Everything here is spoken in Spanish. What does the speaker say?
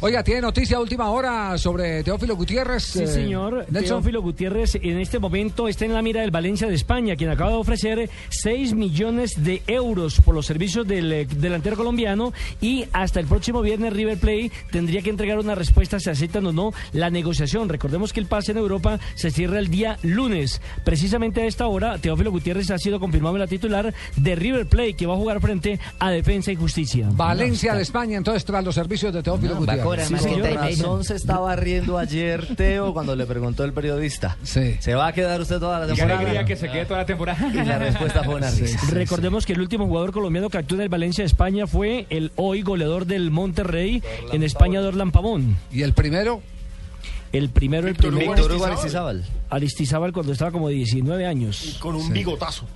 Oiga, tiene noticia última hora sobre Teófilo Gutiérrez. Sí, eh, señor. Nelson. Teófilo Gutiérrez en este momento está en la mira del Valencia de España, quien acaba de ofrecer 6 millones de euros por los servicios del eh, delantero colombiano y hasta el próximo viernes River Play tendría que entregar una respuesta si aceptan o no la negociación. Recordemos que el pase en Europa se cierra el día lunes. Precisamente a esta hora, Teófilo Gutiérrez ha sido confirmado en la titular de River Play, que va a jugar frente a Defensa y Justicia. Valencia de España, entonces, tras los servicios de Teófilo No, va a Gutiérrez. cobrar Sí, más que señor. Time Con Mason. razón se estaba riendo ayer Teo cuando le preguntó el periodista. Sí. ¿Se va a quedar usted toda la Qué temporada? alegría que se quede toda la temporada. Y la respuesta fue una risa. Recordemos que el último jugador colombiano que actuó en el Valencia de España fue el hoy goleador del Monterrey en España, Dorlan Pavón. Y el primero, El primero, el primero. Víctor Hugo Aristizábal. Aristizábal cuando estaba como 19 años. con un bigotazo.